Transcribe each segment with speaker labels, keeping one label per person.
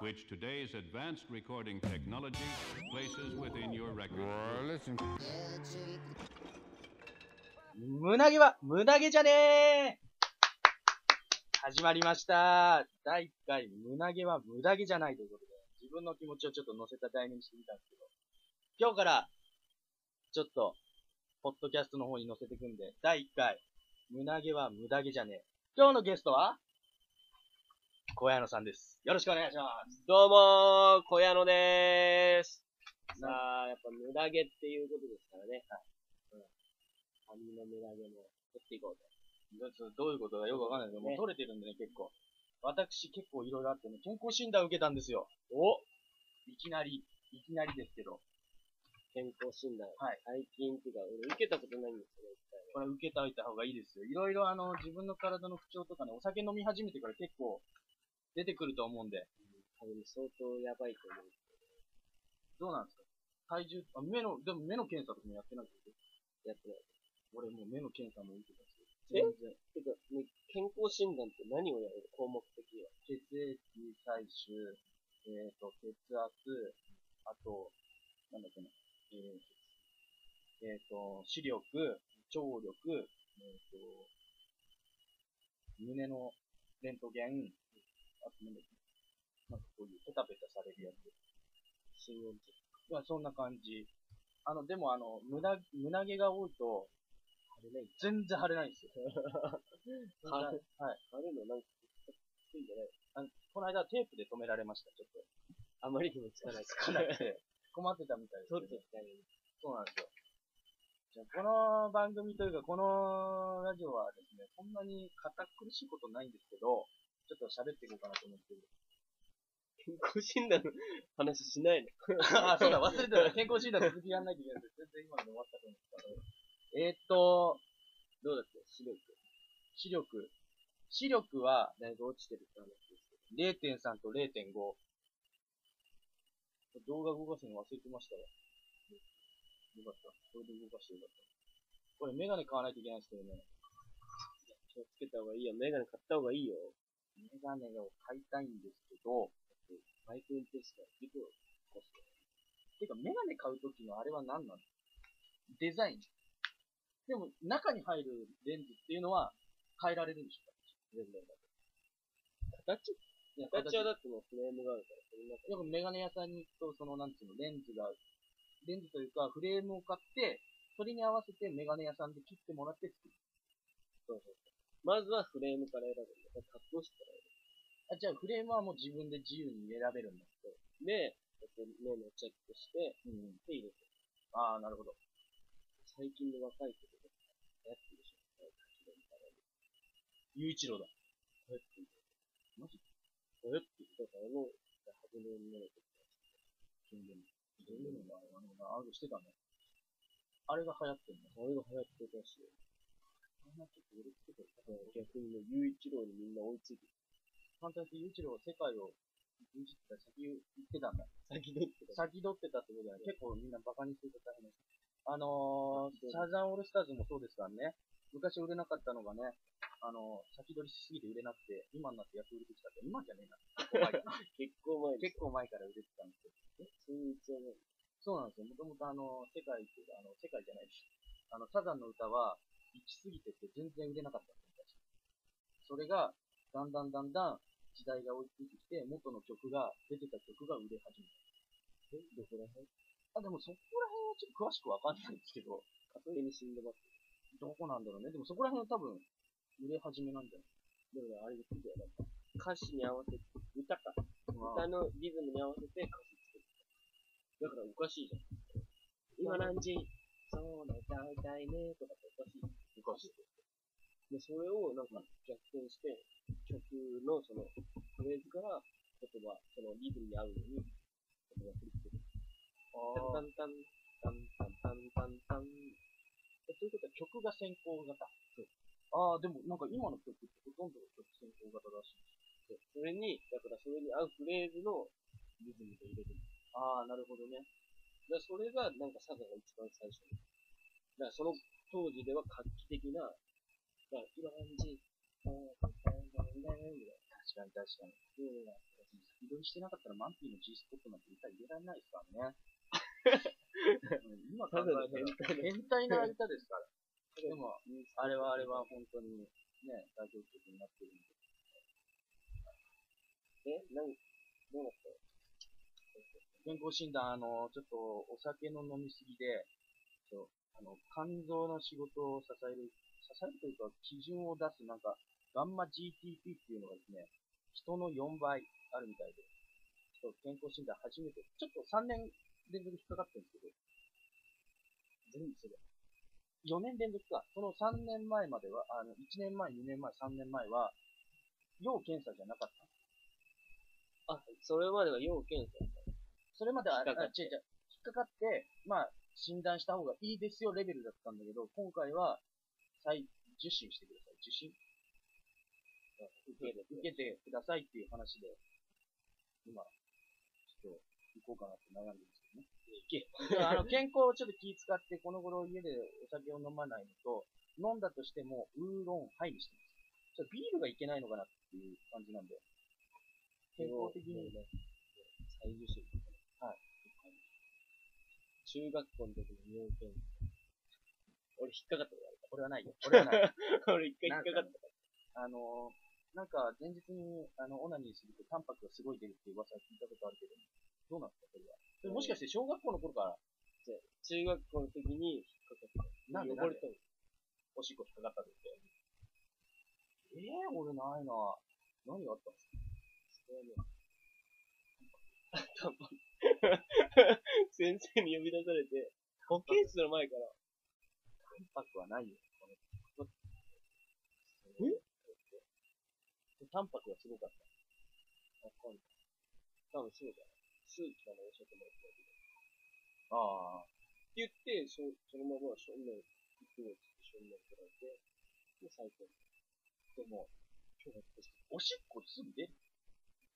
Speaker 1: which today's advanced recording technology places within your record.
Speaker 2: listen.
Speaker 3: 胸毛は、胸毛じゃねー始まりました。第1回、胸毛は無駄毛じゃないということで、自分の気持ちをちょっと乗せた題名にしてみたんですけど、今日から、ちょっと、ポッドキャストの方に載せていくんで、第1回、胸毛は無駄毛じゃねえ。今日のゲストは、小屋野さんです。よろしくお願いします。
Speaker 4: どうもー、小屋野でーす。さあ、やっぱ無駄毛っていうことですからね。はい。うん。髪の無駄毛も取っていこうぜ。
Speaker 3: どどういうことかよくわかんないけど、もう
Speaker 4: ね
Speaker 3: 取れてるんでね、結構。私結構いろいろあってね、健康診断受けたんですよ。
Speaker 4: お
Speaker 3: いきなり、いきなりですけど、
Speaker 4: 健康診断。
Speaker 3: はい。
Speaker 4: 最近っていうか、俺受けたことないんですよね、
Speaker 3: これ受けといた方がいいですよ。いろいろあの、自分の体の不調とかね、お酒飲み始めてから結構出てくると思うんで、
Speaker 4: 多分相当やばいと思う。
Speaker 3: どうなんですか体重、あ、目の、でも目の検査とかもやってないですよ。
Speaker 4: やってない。
Speaker 3: 俺もう目の検査も受けたし。
Speaker 4: え
Speaker 3: 全然。
Speaker 4: てか、ね、健康診断って何をやる項目的には。
Speaker 3: 血液採取、えっ、ー、と、血圧、あと、なんだっけな、えっ、ー、えーと、視力、聴力、えっ、ー、と、胸のレントゲン、あとなんだっけ、なんかこういうペタペタされるやつ。心音痴。まあそんな感じ。あの、でもあの、胸、胸毛が多いと、腫れない全然腫れないんですよ。
Speaker 4: は
Speaker 3: はい。
Speaker 4: あるのなんか、ついんじゃない
Speaker 3: あのこの間テープで止められました、ちょっと。
Speaker 4: あまりにもつ
Speaker 3: つか
Speaker 4: か
Speaker 3: な
Speaker 4: ないい。
Speaker 3: つかなく。て、困ってたみたいです、
Speaker 4: 取
Speaker 3: ね
Speaker 4: っ。てきたいのに。
Speaker 3: そうなんですよ。じゃあ、この番組というか、このラジオはですね、そんなに堅苦しいことないんですけど、ちょっと喋っていこうかなと思ってる。
Speaker 4: 健康診断の話しないの。
Speaker 3: あ、そうだ、 忘れてた。健康診断の続きやんないといけないんで、全然今ので終わったと思うんですけど。えー、っと、
Speaker 4: どうだった視力。
Speaker 3: 視力。視力は
Speaker 4: だいぶ落ちてるって話ですけど。
Speaker 3: 0.3と0.5。動画動かすの忘れてましたわ。よかった。これで動かしてよかった。これメガネ買わないといけないんですけどね。
Speaker 4: 気をつけた方がいいよ。メガネ買った方がいいよ。
Speaker 3: メガネを買いたいんですけど、
Speaker 4: バイク運転したら事故を起こすから
Speaker 3: てか、メガネ買うときのあれは何なのデザイン。でも、中に入るレンズっていうのは変えられるんでしょ全然だ
Speaker 4: 形
Speaker 3: いや、
Speaker 4: 形
Speaker 3: 形は
Speaker 4: は
Speaker 3: だ
Speaker 4: だってもうフレームがあるから、その中
Speaker 3: よくメガネ屋さんに行くと、その、なんつうの、レンズが、レンズというか、フレームを買って、それに合わせてメガネ屋さんで切ってもらって作る。
Speaker 4: まずはフレームから選ぶんだ。格好してから
Speaker 3: あ、じゃあフレームはもう自分で自由に選べるんだけど。
Speaker 4: 選ぶ。で、えっと目のチェックして、
Speaker 3: うん。
Speaker 4: で、入れて。
Speaker 3: ああ、なるほど。
Speaker 4: 最近の若い子とか、やってるでしょ。書き込みから。
Speaker 3: 雄一郎だ。
Speaker 4: こうやって入れて。マジこうやって入れてだからもう、初めになると。
Speaker 3: 全然。全然だ、あの、あれしてたね。あれが流行ってんだ。
Speaker 4: あれが流行ってるらしいよ。
Speaker 3: あんなちょっと俺つけてる。
Speaker 4: 逆にもう、雄一郎にみんな追いついて、
Speaker 3: 反対して、ゆういちろうは世界を、いじってた、先行ってたんだ。
Speaker 4: 先取ってた。
Speaker 3: 先取ってたってことはね、結構みんなバカにしてた大変です。あのー、サザンオールスターズもそうですからね、昔売れなかったのがね、あのー、先取りしすぎて売れなくて、今になってやっと売れてきたって、今じゃねえな。
Speaker 4: 結婚前に。
Speaker 3: 結構前から売れてたんですけど。
Speaker 4: そういう一応ね、
Speaker 3: そうなんですよ。もともとあの、世界っていうか、あの、世界じゃないし、あの、サザンの歌は、行き過ぎてて全然売れなかったんですよ昔それが、だんだんだんだん、時代が追いついてきて、元の曲が、出てた曲が売れ始めた。え、どこら辺あ、でもそこら辺はちょっと詳しくわかんないんですけど、
Speaker 4: 勝手に死んでます。
Speaker 3: どこなんだろうね。でもそこら辺は多分、売れ始めなんじゃない
Speaker 4: でもね、あれですよ。なんか歌詞に合わせて、歌か。
Speaker 3: ま
Speaker 4: 歌
Speaker 3: あ
Speaker 4: のリズムに合わせて歌詞作る。だからおかしいじゃん。今何時そうね、だいたいね、とかっておかしい。
Speaker 3: おかしい。
Speaker 4: で、それをなんか逆転して、曲のそのフレーズから言葉、そのリズムに合うように言葉を振り付ける。タ
Speaker 3: あー
Speaker 4: ンタンタン、タンタンタンタンタン。
Speaker 3: えということは曲が先行型。ああ、でもなんか今の曲ってほとんどが曲先行型らしい。
Speaker 4: それに、だからそれに合うフレーズのリズムで入れる。
Speaker 3: ああ、なるほどね。
Speaker 4: だからそれがなんかサザが一番最初に。だからその当時では画期的な、だから今感じ、あーあーあーあーみたいな
Speaker 3: 確かに確かに。
Speaker 4: そういうのがあったらしいです
Speaker 3: 自撮りしてなかったらマンピーの G スポットなんて歌入れられないですからね。うん今考えたら変態な歌ですから。 でも、あれはあれは本当にね、代表曲になってるんで。
Speaker 4: え、何どうなった
Speaker 3: 健康診断、あの、ちょっとお酒の飲みすぎで、ちょあの肝臓の仕事を支える、支えるというか、基準を出す、なんか、ガンマ GTP っていうのがですね、人の4倍あるみたいで、ちょっと健康診断初めて、ちょっと3年連続引っかかってるんですけど、全部それ。4年連続か。その3年前までは、あの、1年前、2年前、3年前は、要検査じゃなかった。
Speaker 4: あ、それまでは要検査。
Speaker 3: それまでは、あ
Speaker 4: 引っかか
Speaker 3: あ
Speaker 4: って
Speaker 3: 違う違う、引っかかって、まあ、診断した方がいいですよレベルだったんだけど、今回は、再受診してください。受診
Speaker 4: 受ける。
Speaker 3: 受けてくださいっていう話で、今、ちょっと、行こうかなって悩んでるんですけどね。あ の、健康をちょっと気使って、この頃家でお酒を飲まないのと、飲んだとしても、ウーロンハイにしてます。ちょっとビールがいけないのかなっていう感じなんで、健康的に、
Speaker 4: ね、最優秀。
Speaker 3: はい。
Speaker 4: 中学校の時の要検査。俺引っかかったこ
Speaker 3: これは ないよ。これはない。
Speaker 4: とある。俺一回引っかかった。
Speaker 3: あのー、なんか前日に、あの、オナニーするとタンパクがすごい出るっていう噂は聞いたことあるけど、どうなんですか、それは。それもしかして小学校の頃から、
Speaker 4: 中学校の時に引っかかった。
Speaker 3: なんで
Speaker 4: 汚れたの。
Speaker 3: おしっこ引っかかったって言って。えー、俺ないな何があったんですか
Speaker 4: それはねタンパク先生に呼び出されて、保健室の前から、
Speaker 3: タンパクはないよ。この
Speaker 4: え
Speaker 3: タンパクがすごかった。
Speaker 4: わかんない。多分そうだな。数値から教えてもらったけど。
Speaker 3: ああ。
Speaker 4: って言って、そそのまま正面、一分を正面取られて、で、最高。
Speaker 3: でも、今日おしっこすぐ出る。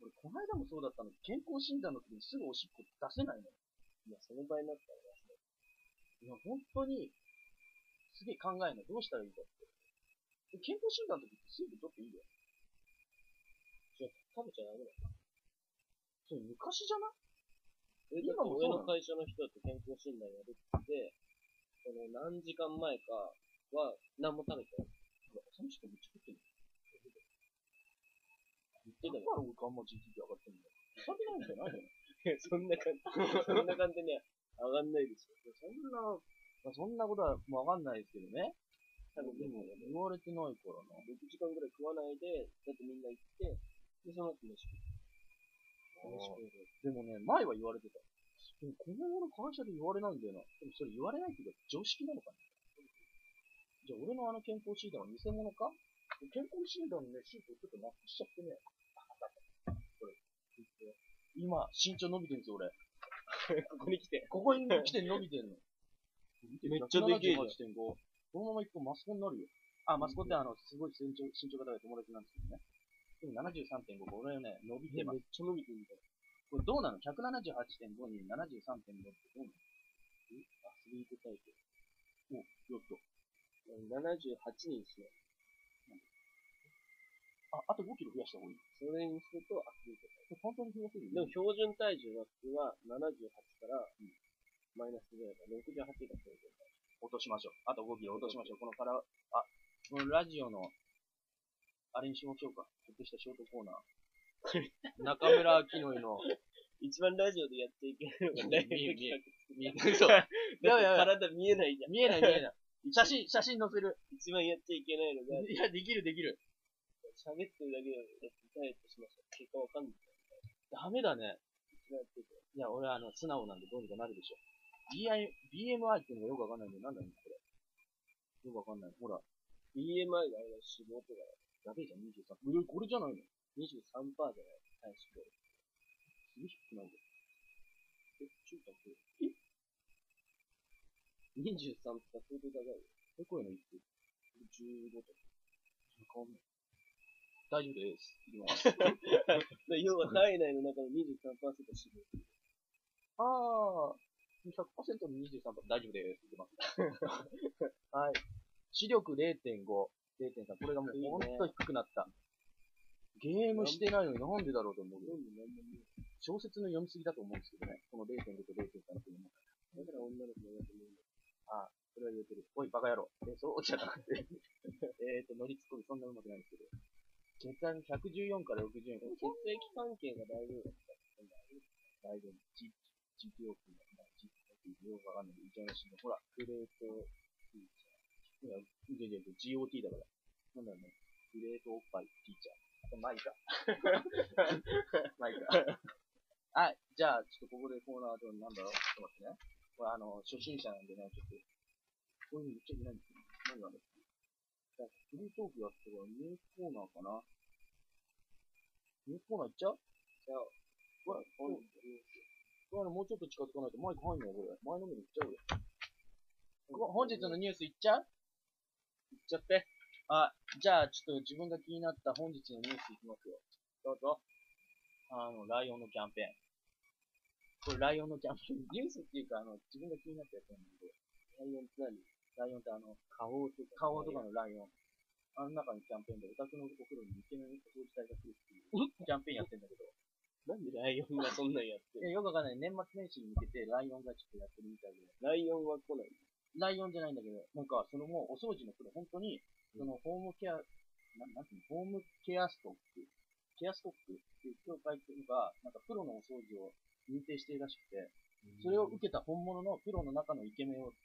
Speaker 3: 俺、この間もそうだったの。健康診断の時にすぐおしっこ出せないの。
Speaker 4: いや、その場合になったら、
Speaker 3: いや、本当に、すげえ考えるの。どうしたらいいんだって。で健康診断の時って水分取っていいよ。
Speaker 4: じゃあ、食べちゃダメだ。
Speaker 3: それ昔じゃない
Speaker 4: え、
Speaker 3: 今
Speaker 4: 今
Speaker 3: も
Speaker 4: も
Speaker 3: そう
Speaker 4: 俺
Speaker 3: なの
Speaker 4: の会社の人だって健康診断やるってて、その何時間前かは何も食べてない。
Speaker 3: その人めっちゃ食ってんの言って
Speaker 4: て
Speaker 3: だ
Speaker 4: たよ
Speaker 3: から俺ガンマ GT で上がってんだよ。食べないんじゃないの
Speaker 4: そんな感じ、そんな感じでね、上がんないでしょ。
Speaker 3: そんな、まあ、そんなことはもうわかんないですけどね。
Speaker 4: 多分
Speaker 3: で
Speaker 4: で
Speaker 3: も
Speaker 4: も、
Speaker 3: 言われてないからな。
Speaker 4: 6時間ぐらい食わないで、だってみんな行って、で、その後飯食う。飯食うで
Speaker 3: でもね、前は言われてた。でもこの世の会社で言われないんだよな。でもそれ言われないっていうか常識なのかな。じゃあ俺のあの健康診断は偽物か健康診断のね、シートをちょっとなくしちゃってね。これ、今、身長伸びてるんですよ、俺。
Speaker 4: ここに来て。
Speaker 3: ここに来て伸びて るの。
Speaker 4: めっちゃでけえじゃん
Speaker 3: 178.5このまま一個マスコになるよ。あ、マスコってあの、すごい身長、身長が高い友達なんですけどね。でも73.5、これね、伸びて
Speaker 4: え、
Speaker 3: ま
Speaker 4: め
Speaker 3: す
Speaker 4: っ。ちゃ伸びてるみたい。
Speaker 3: これどうなの ?178.5 に73.5ってどうなのえアスリート体験。お、よっと。
Speaker 4: 78人ですね。
Speaker 3: あ、あと5キロ増やした方がいい。
Speaker 4: それにするとアスリート。
Speaker 3: これ本当に増やせる
Speaker 4: で
Speaker 3: よ
Speaker 4: も
Speaker 3: ね
Speaker 4: 標準体重は普通は78から、マイナスぐらいだ。68が標準。
Speaker 3: 落としましょう。あと5キロ落としましょう。このから、あ、このラジオの、あれにしましょうか。ちょっとしたショートコーナ ー。中村明乃の、
Speaker 4: 一番ラジオでやっていけるのがダイエット 企画。
Speaker 3: 見え
Speaker 4: そう。だって
Speaker 3: やばいやばい
Speaker 4: 体見えないじゃん。
Speaker 3: 見えない見えない。写真、写真載せる。
Speaker 4: 一番やっちゃいけないのが、
Speaker 3: いや、できるできる。
Speaker 4: 喋ってるだけでダイエットしました。結果わかんない。
Speaker 3: ダメだね。
Speaker 4: 一番やってて。
Speaker 3: いや、俺はあの、素直なんでどうにかなるでしょ。BI、BMI っていうのがよくわかんないんだよ。なんだろうねこれ。よくわかんない。ほら、
Speaker 4: BMI があれだ、脂肪とか
Speaker 3: やべえじゃん、23。え、これじゃないの
Speaker 4: 23%じゃない体脂肪。
Speaker 3: すげえ低くない
Speaker 4: え、中華って。え ?23 とか相当高いよ。
Speaker 3: え、こういうのいつ
Speaker 4: 15とか。
Speaker 3: 変わんない。大丈夫です。いきます。
Speaker 4: で要は体内の中の23%脂肪。
Speaker 3: あー、100%の23%、大丈夫です。いきます。はい。視力0.5、0.3。これがもうほんと低くなった。ゲームしてないのになんでだろうと思うけど
Speaker 4: 読んで何も見えない
Speaker 3: 小説の読みすぎだと思うんですけどね。この0.5と0.3っていうのも。
Speaker 4: だから女の子のやつも
Speaker 3: それは言えてる。おい、バカ野郎。え、そうじゃなくて。 えっと、乗りつっ込みそんな上手くないんですけど。血管114から64。
Speaker 4: 血液関係が大丈夫だったら、
Speaker 3: 大丈夫。G、GTO っていうのは、G、よくわかんないけど、イジャナシの、ほら、プレート、ティーチャー。いや、いやいやいや GOT だから。なんだろうね。プレートおっぱい、ティーチャー。まあいい か。まあいいか。はい、じゃあ、ちょっとここでコーナーで、なんだろう、ちょっと待ってね。これ、あの、初心者なんでね、ちょっと、こういうの言っちゃいけないんですよ。何があるんですかじゃあ、フリートークやったから、ニューコーナーかな。ニューコーナー行っちゃうじゃあ、ほら、ほら、これもうちょっと近づかないとマイク入んないよ、これ。前のめり行っちゃうよ。こ本日のニュースいっちゃういっちゃって。あ、じゃあ、ちょっと自分が気になった本日のニュースいきますよ。どうぞ。あの、ライオンのキャンペーン。これ、ライオンのキャンペーン。ニュースっていうか、あの、自分が気になったやつなんだけど、ライオンって何ライオンってあの、花王とか、花王とかのライオン。あの中のキャンペーンで、お宅のお風呂にイケメンお掃除隊が来るっていう、キャンペーンやってんだけど。
Speaker 4: なんでライオンがそんなんやって
Speaker 3: いや、
Speaker 4: る
Speaker 3: よくわかんない。年末年始に向けて、ライオンがちょっとやってるみたいで。
Speaker 4: ライオンは来ない。
Speaker 3: ライオンじゃないんだけど、なんか、そのもう、お掃除のプロ、本当に、その、ホームケア、なん、なんていうの、ホームケアストック、ケアストックっていう協会っていうのが、なんか、プロのお掃除を認定しているらしくて、それを受けた本物のプロの中のイケメンを、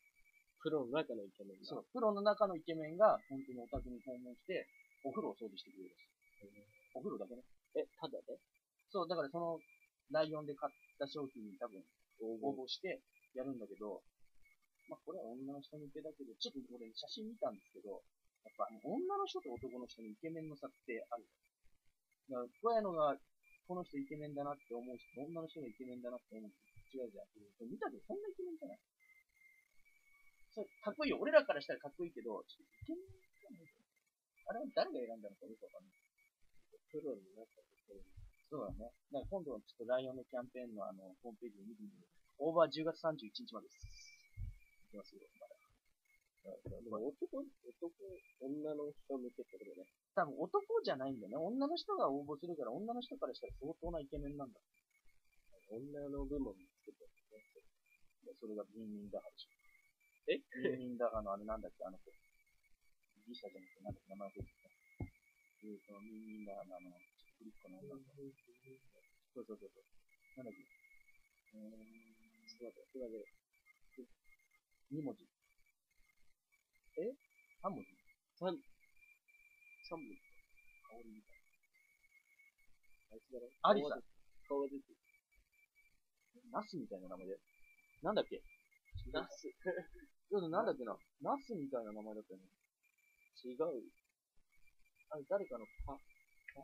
Speaker 4: プロの中のイケメン
Speaker 3: そう、
Speaker 4: が。
Speaker 3: プロの中のイケメンが、本当にお宅に訪問して、お風呂を掃除してくれるらしい。お風呂だけね。
Speaker 4: え、ただで
Speaker 3: そう、だからその、ライオンで買った商品に多分、応募してやるんだけど、まあこれは女の人向けだけど、ちょっとこれ写真見たんですけど、やっぱ女の人と男の人のイケメンの差ってある。だから、こういうのが、この人イケメンだなって思う人、女の人がイケメンだなって思う人、違うじゃん。でも見たけどそんなイケメンじゃない。それ、かっこいいよ。俺らからしたらかっこいいけど、ちょっとイケメンじゃないよあれは誰が選んだのかよくわかんない。
Speaker 4: プロになったと
Speaker 3: そうだね。だから今度はちょっとライオンのキャンペーンのあの、ホームページを見てみる。オーバー10月31日までです。いきますよ、まだ。
Speaker 4: でも男、男、女の人向けってことね。
Speaker 3: 多分男じゃないんだよね。女の人が応募するから、女の人からしたら相当なイケメンなんだ。
Speaker 4: 女の部門につけてるね。
Speaker 3: それがビンミンダハでしょ。
Speaker 4: え
Speaker 3: ビンミンダハのあれなんだっけ、あの子。ギリシャじゃなくて、なんだっけ、名前忘れてた。えー、そのビンミンダハのあの、ちょっとクリッコの女の子。そうそうそうそう。なんだっけ。えー、
Speaker 4: ちょっと待って、つなげる。
Speaker 3: 2文字。え ?3 文字
Speaker 4: 三、三文
Speaker 3: 香
Speaker 4: 字。
Speaker 3: りみたい
Speaker 4: あいつだろ
Speaker 3: アリサ。
Speaker 4: 顔が出てる。
Speaker 3: な。ナスみたいな名前で。なんだっけ
Speaker 4: ナス。
Speaker 3: そうそうなんだっけな。ナスみたいな名前だったよね。
Speaker 4: 違う。
Speaker 3: あれ、誰かのか、か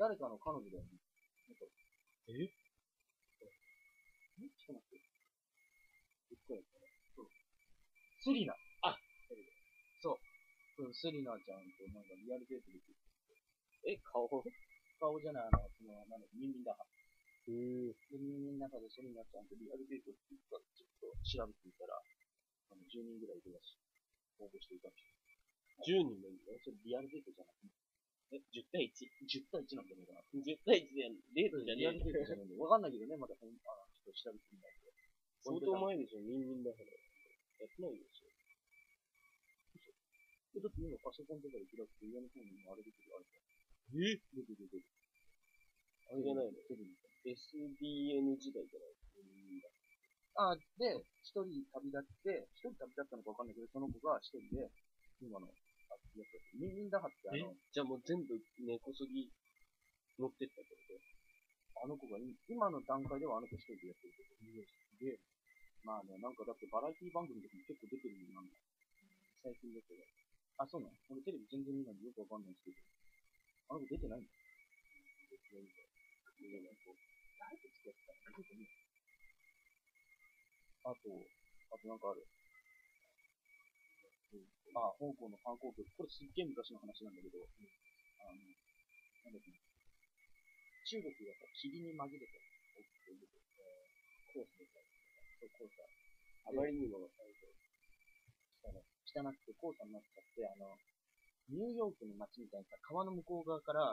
Speaker 3: 誰かの彼女だよね。なんかええちょっと待って。一個やったね。そう。セリナ。
Speaker 4: あ
Speaker 3: セリナ。そう。そうセリナちゃんとなんかリアルデートできる。
Speaker 4: え、顔
Speaker 3: 顔じゃない、あの、その、なんだ、ミンミンだから。
Speaker 4: へぇ。
Speaker 3: で、ミンミンの中でセリナちゃんとリアルデートって言ったら、ちょっと調べてみたら、あの、10人ぐらいいるらしい。応募していたらしい。
Speaker 4: 10人もいる
Speaker 3: えそれリアルデートじゃなくて、
Speaker 4: え、10対1。
Speaker 3: 10対1なんじゃないかな。
Speaker 4: 10対1でやる。デートじゃ
Speaker 3: リアル
Speaker 4: ね
Speaker 3: デートじゃ
Speaker 4: え。
Speaker 3: ないんで、わかんないけどね、まだ本、あのちょっと調べてみないと。
Speaker 4: 相当前でしょ、みんみんだから。やってないでしょ。
Speaker 3: えだって今パソコンとかで開くと上の方にもあれ出てる、あれ。
Speaker 4: え
Speaker 3: 出てる、出てる。
Speaker 4: あれじゃないの
Speaker 3: 出てるみたい
Speaker 4: ?SDN 時代じゃな
Speaker 3: な。あ、
Speaker 4: い
Speaker 3: で、一人旅立って、一人旅立ったのかわかんないけど、その子が一人で、今の、あ、やつだって、ミンミンダハってあ
Speaker 4: え
Speaker 3: の、
Speaker 4: じゃあもう全部根こそぎ持ってったってこと
Speaker 3: あの子が今、今の段階ではあの子一人でやってるけど、で、まあね、なんかだってバラエティ番組とかも結構出てるようなんだ。最近だけど。あ、そうなの俺テレビ全然見ないんでよくわかんないんですけど。あの子出てないんだ。出てないんだよ。でもこう誰と付き合ってたの出てない。あと、あとなんかある。あ、香港の観光局。これすっげえ昔の話なんだけど、あの、なんだっけな中国がさ、霧に紛れて、こういうえーコースみたいな、そう、コース
Speaker 4: あまりにも、
Speaker 3: が汚くて、コースになっちゃって、あの、ニューヨークの街みたいなさ、川の向こう側から、あ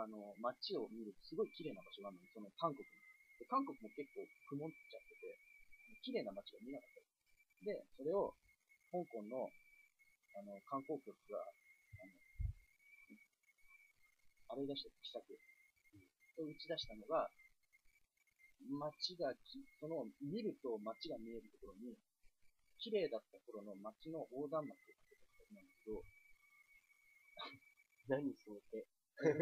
Speaker 3: あの、街を見るすごい綺麗な場所なのに、その韓国に。で韓国も結構曇っちゃってて、綺麗な街が見なかったりで、それを、香港の、あの、観光局が、あの、あれを出した奇策を打ち出したのが、街がき、その、見ると街が見えるところに、綺麗だった頃の街の横断幕をかけたことなんだけど、
Speaker 4: 何その手。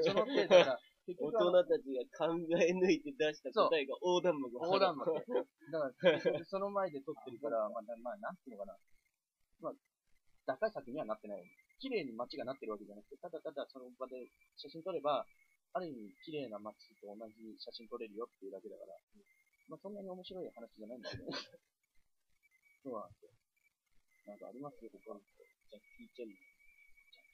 Speaker 3: その手だから、結 局
Speaker 4: 大
Speaker 3: あの
Speaker 4: 人たちが考え抜いて出した答えが横断幕。
Speaker 3: 横断幕。だから、結局その前で撮ってるから、まあ、なまあ、なんていうのかな。まあ、打開策にはなってない。綺麗に街がなってるわけじゃなくて、ただただその場で写真撮れば、ある意味綺麗な街と同じ写真撮れるよっていうだけだから、まあそんなに面白い話じゃないんだけど、ね。そうなんですよ。なんかありますよ、他の人。ジャッキー・チェンの。ジャッ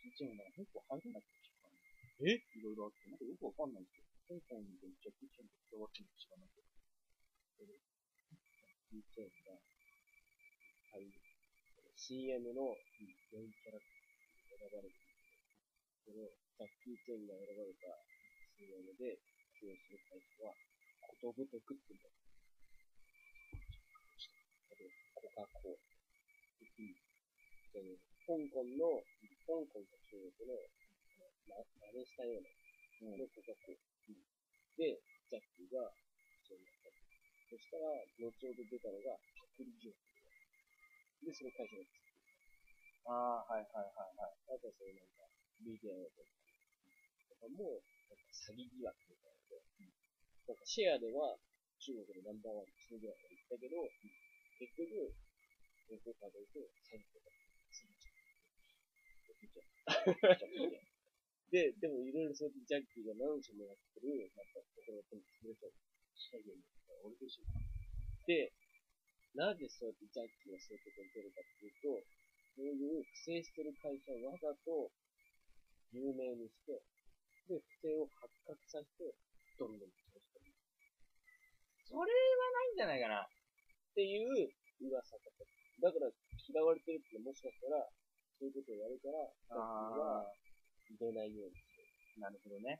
Speaker 3: キー・チェンが結構入れなくてしょうかね。えいろいろあって、なんかよくわかんないんですけど、香港でジャッキー・チェンと伝わってるの知らなくて。
Speaker 4: 聞いちゃうが、ああいう、CM のメインキャラクターに選ばれてるんですけど、その、ジャッキー・チェンが選ばれた CM で起用する会社は、ことごとくって言うんだよ。例えば、コカ・コーラ。そういう香港の、香港と中国の、ま、真似したような、のコカ・コーラ。で、ジャッキーが、そういうそしたら、後ほど出たのが、パクリジュンで、その会社が作って
Speaker 3: ああ、はいはいはいはい。
Speaker 4: あとはそういうなんか、メディアのとかも、なんか詐欺疑惑みたいなので、なんかシェアでは中国でナンバーワン中国が言ったけど、結局、旅行カードで詐欺とか、詐欺ちゃう。で、でもいろいろそうやってジャッキーが何社もやってる、なんか、ここの手に潰れちゃう。詐欺を見たら俺と一緒だで、なぜそうやってジャッキーがそういうことに出るかっていうと、そういう不正してる会社をわざと有名にして、で、不正を発覚させて、どんどん潰してる。っ
Speaker 3: それはないんじゃないかな。
Speaker 4: ていう噂だった。だから嫌われてるってのはもしかしたら、そういうことをやるから、ジャッキー
Speaker 3: あ
Speaker 4: は
Speaker 3: あ、
Speaker 4: 入れないようにしてる。
Speaker 3: なるほどね。